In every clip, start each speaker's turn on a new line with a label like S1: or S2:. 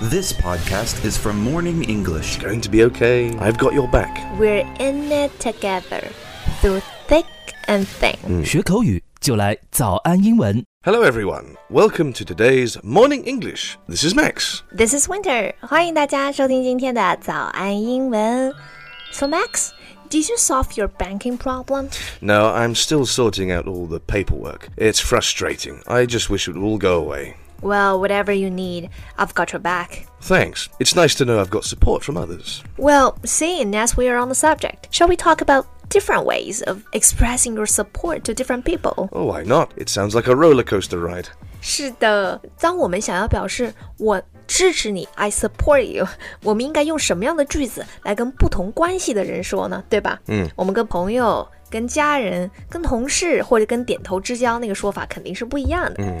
S1: This podcast is from Morning English.
S2: Going to be okay. I've got your back.
S3: We're in it together through thick and thin.
S4: 学口语就来早安英文。
S2: Hello, everyone. Welcome to today's Morning English. This is Max.
S3: This is Winter. 欢迎大家收听今天的早安英文。So Max, did you solve your banking problem?
S2: No, I'm still sorting out all the paperwork. It's frustrating. I just wish it would all go away.
S3: Well, whatever you need, I've got your back.
S2: Thanks. It's nice to know I've got support from others.
S3: Well, seeing as we are on the subject, shall we talk about different ways of expressing your support to different people?
S2: Oh, why not? It sounds like a roller coaster ride.
S3: 是的，当我们想要表示我支持你，I support you，我 们应该用什么样的句子来跟不同关系的人说呢？对吧？嗯，我们跟朋友、跟家人、跟同事或者跟点头之交那个说法肯定是不一样的。
S2: Mm.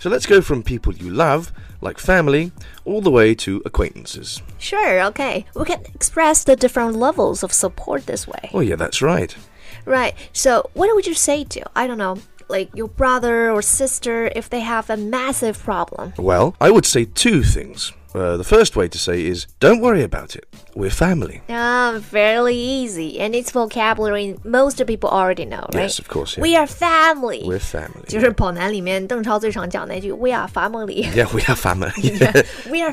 S2: So let's go from people you love, like family, all the way to acquaintances.
S3: Sure, okay. We can express the different levels of support this way.
S2: Oh, yeah, that's right.
S3: Right. So, what would you say to, I don't know, like your brother or sister if they have a massive problem?
S2: Well, I would say two things. Uh, the first way to say is don't worry about it. We're family.
S3: Ah, fairly easy, and its vocabulary most people already know, right?
S2: Yes, of course, yeah.
S3: We are family.
S2: We're family.
S3: 就是《跑男》里面邓超最常讲那句 “We are family”。
S2: Yeah, we are family.
S3: We are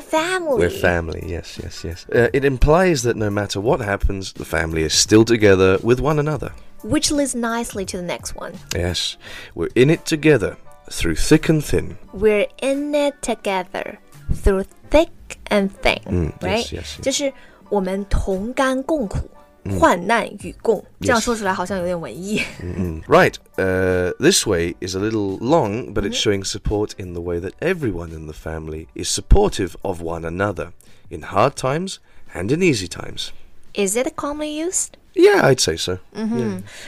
S3: family.
S2: We're family, yes, yes, yes. Uh, it implies that no matter what happens, the family is still together with one another.
S3: Which leads nicely to the next one.
S2: Yes, we're in it together, through thick and thin.
S3: We're in it together through thick and thin.
S2: 嗯
S3: ，right？
S2: yes, yes, yes.
S3: 就是我们同甘共苦，患难与共。这样说出来好像有点文艺。
S2: Mm. Right, uh, this way is a little long, but it's showing support in the way that everyone in the family is supportive of one another in hard times and in easy times.
S3: Is it commonly used?
S2: Yeah, I'd say so.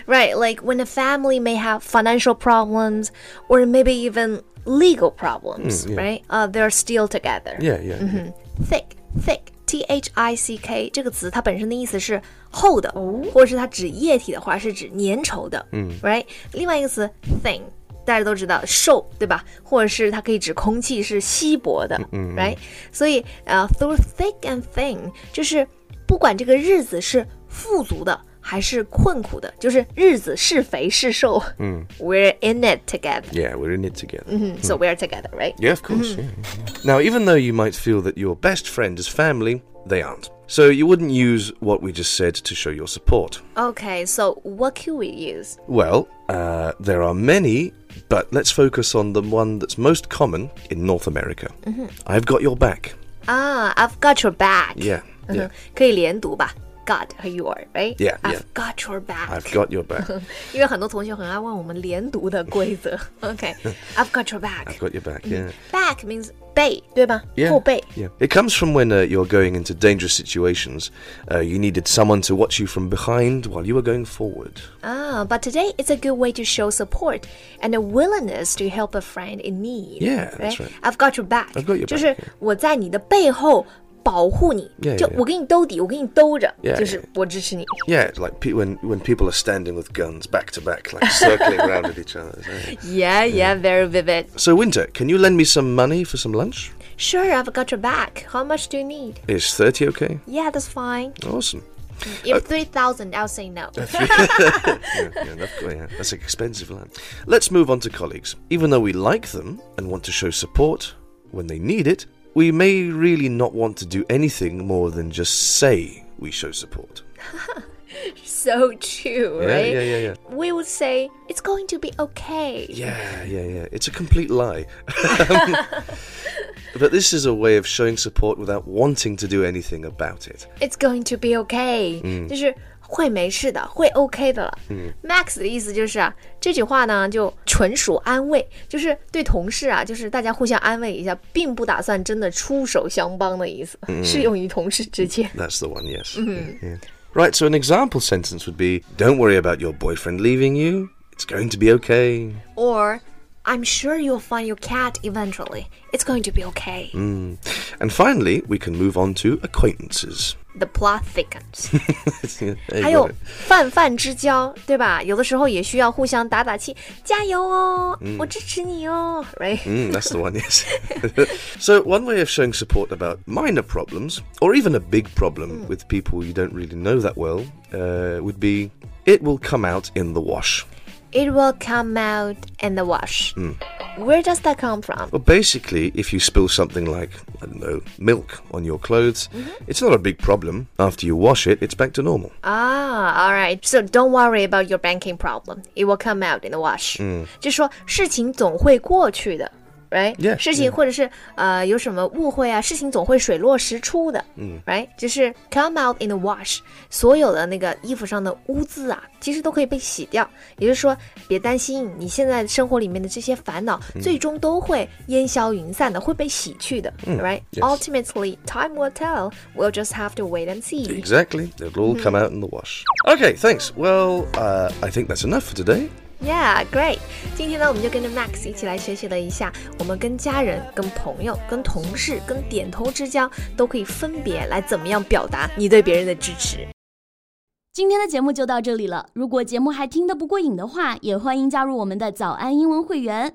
S3: Right, like when a family may have financial problems or maybe even legal
S2: Mm,
S3: problems, right? Uh, they're still together.
S2: Yeah, yeah. yeah.
S3: Thick, thick. T H I C K 这个词，它本身的意思是厚的，或者是它指液体的话是指粘稠的，嗯，right。另外一个词 thin，大家都知道瘦，对吧？或者是它可以指空气是稀薄的，嗯，right。所以呃、t h r o u g h thick and thin 就是不管这个日子是富足的还是困苦的，就是日子是肥是瘦，嗯，we're in it together，so
S2: Yeah, we're in it together.
S3: we're together，right？
S2: Yeah, of course. yeah, yeah, yeah. Now, even though you might feel that your best friend is family, they aren't. So you wouldn't use what we just said to show your support.
S3: Okay, so what can we use?
S2: Well, uh, there are many, but let's focus on the one that's most common in North America. I've got your back.
S3: 啊、i v e got your back。
S2: Yeah,
S3: 嗯
S2: yeah.
S3: 哼，可以连读吧？God 和 your right?
S2: Yeah,
S3: I've
S2: yeah.
S3: got your back.
S2: I've got your back.
S3: 因为很多同学很爱问我们连读的 规则。OK, I've got your back.
S2: I've got your back. Yeah.
S3: Back means 背，对吧
S2: Yeah.
S3: 后背。
S2: Yeah. It comes from when uh, you're going into dangerous situations. Uh, you needed someone to watch you from behind while you were going forward.
S3: Ah, but today it's a good way to show support and a willingness to help a friend in need.
S2: Yeah, that's right.
S3: I've got your back.
S2: I've got your back,
S3: 就是
S2: yeah.
S3: 我在你的背后保护你
S2: Yeah,
S3: 就
S2: yeah, yeah.
S3: 我给你兜底，我给你兜着
S2: Yeah,
S3: 就是
S2: yeah.
S3: 我支持你。
S2: Yeah, it's like pe- when when people are standing with guns back to back, like circling around at each other. so-
S3: Yeah, yeah, very vivid.
S2: So, Winter, can you lend me some money for some lunch?
S3: Sure, I've got your back. How much do you need?
S2: Is thirty okay?
S3: Yeah, that's fine.
S2: Awesome. Uh,
S3: If three thousand, I'll say no.
S2: Yeah, yeah, that's, yeah, that's an expensive lunch. Let's move on to colleagues. Even though we like them and want to show support when they need it, we may really not want to do anything more than just say we show support.
S3: so true,
S2: Yeah,
S3: right?
S2: yeah, yeah, yeah.
S3: We would say it's going to be okay.
S2: Yeah, yeah, yeah. It's a complete lie. Um, but this is a way of showing support without wanting to do anything about it.
S3: It's going to be okay，、就是
S2: Mm.
S3: 会没事的，会 OK 的了。Max 的意思就是啊，这句话呢就纯属安慰，就是对同事啊，就是大家互相安慰一下，并不打算
S2: Mm.
S3: 真的出手相帮的意思，适用于同事之间。
S2: That's the one, yes. Yeah, yeah. Right, so an example sentence would be Don't worry about your boyfriend leaving you. It's going to be okay.
S3: Or I'm sure you'll find your cat eventually. It's going to be okay.
S2: Mm. And finally, we can move on to acquaintances.
S3: The plot thickens.
S2: Yeah, there you
S3: 还有
S2: got it.
S3: 泛泛之交，对吧？有的时候也需要互相打打气，加油哦，我支持你哦，right？
S2: Mm, that's the one, yes. so, one way of showing support about minor problems, or even a big problem with people you don't really know that well, uh, would be it will come out in the wash.
S3: It will come out in the wash. Where does that come from?
S2: Well, basically, if you spill something like, I don't know, milk on your clothes, it's not a big problem. After you wash it, it's back to normal.
S3: Ah, all right. So don't worry about your banking problem. It will come out in the wash.
S2: Mm.
S3: 就说事情总会过去的。Right?
S2: Yeah,
S3: 事情
S2: yeah.
S3: 或者是呃有什么误会啊，事情总会水落石出的。
S2: Mm.
S3: 嗯，Right? 就是 come out in the wash，所有的那个衣服上的污渍啊，其实都可以被洗掉。也就是说，别担心，你现在生活里面的这些烦恼，
S2: Mm.
S3: 最终都会烟消云散的，会被洗去的。right?
S2: Mm, yes.
S3: Ultimately, time will tell. We'll just have to wait and see.
S2: Exactly. It'll all come out in the wash. Okay, thanks. Well, uh, I think that's enough for today.
S3: Yeah, great！今天呢，我们就跟着 Max 一起来学习了一下，我们跟家人、跟朋友、跟同事、跟点头之交，都可以分别来怎么样表达你对别人的支持。
S5: 今天的节目就到这里了。如果节目还听得不过瘾的话，也欢迎加入我们的早安英文会员。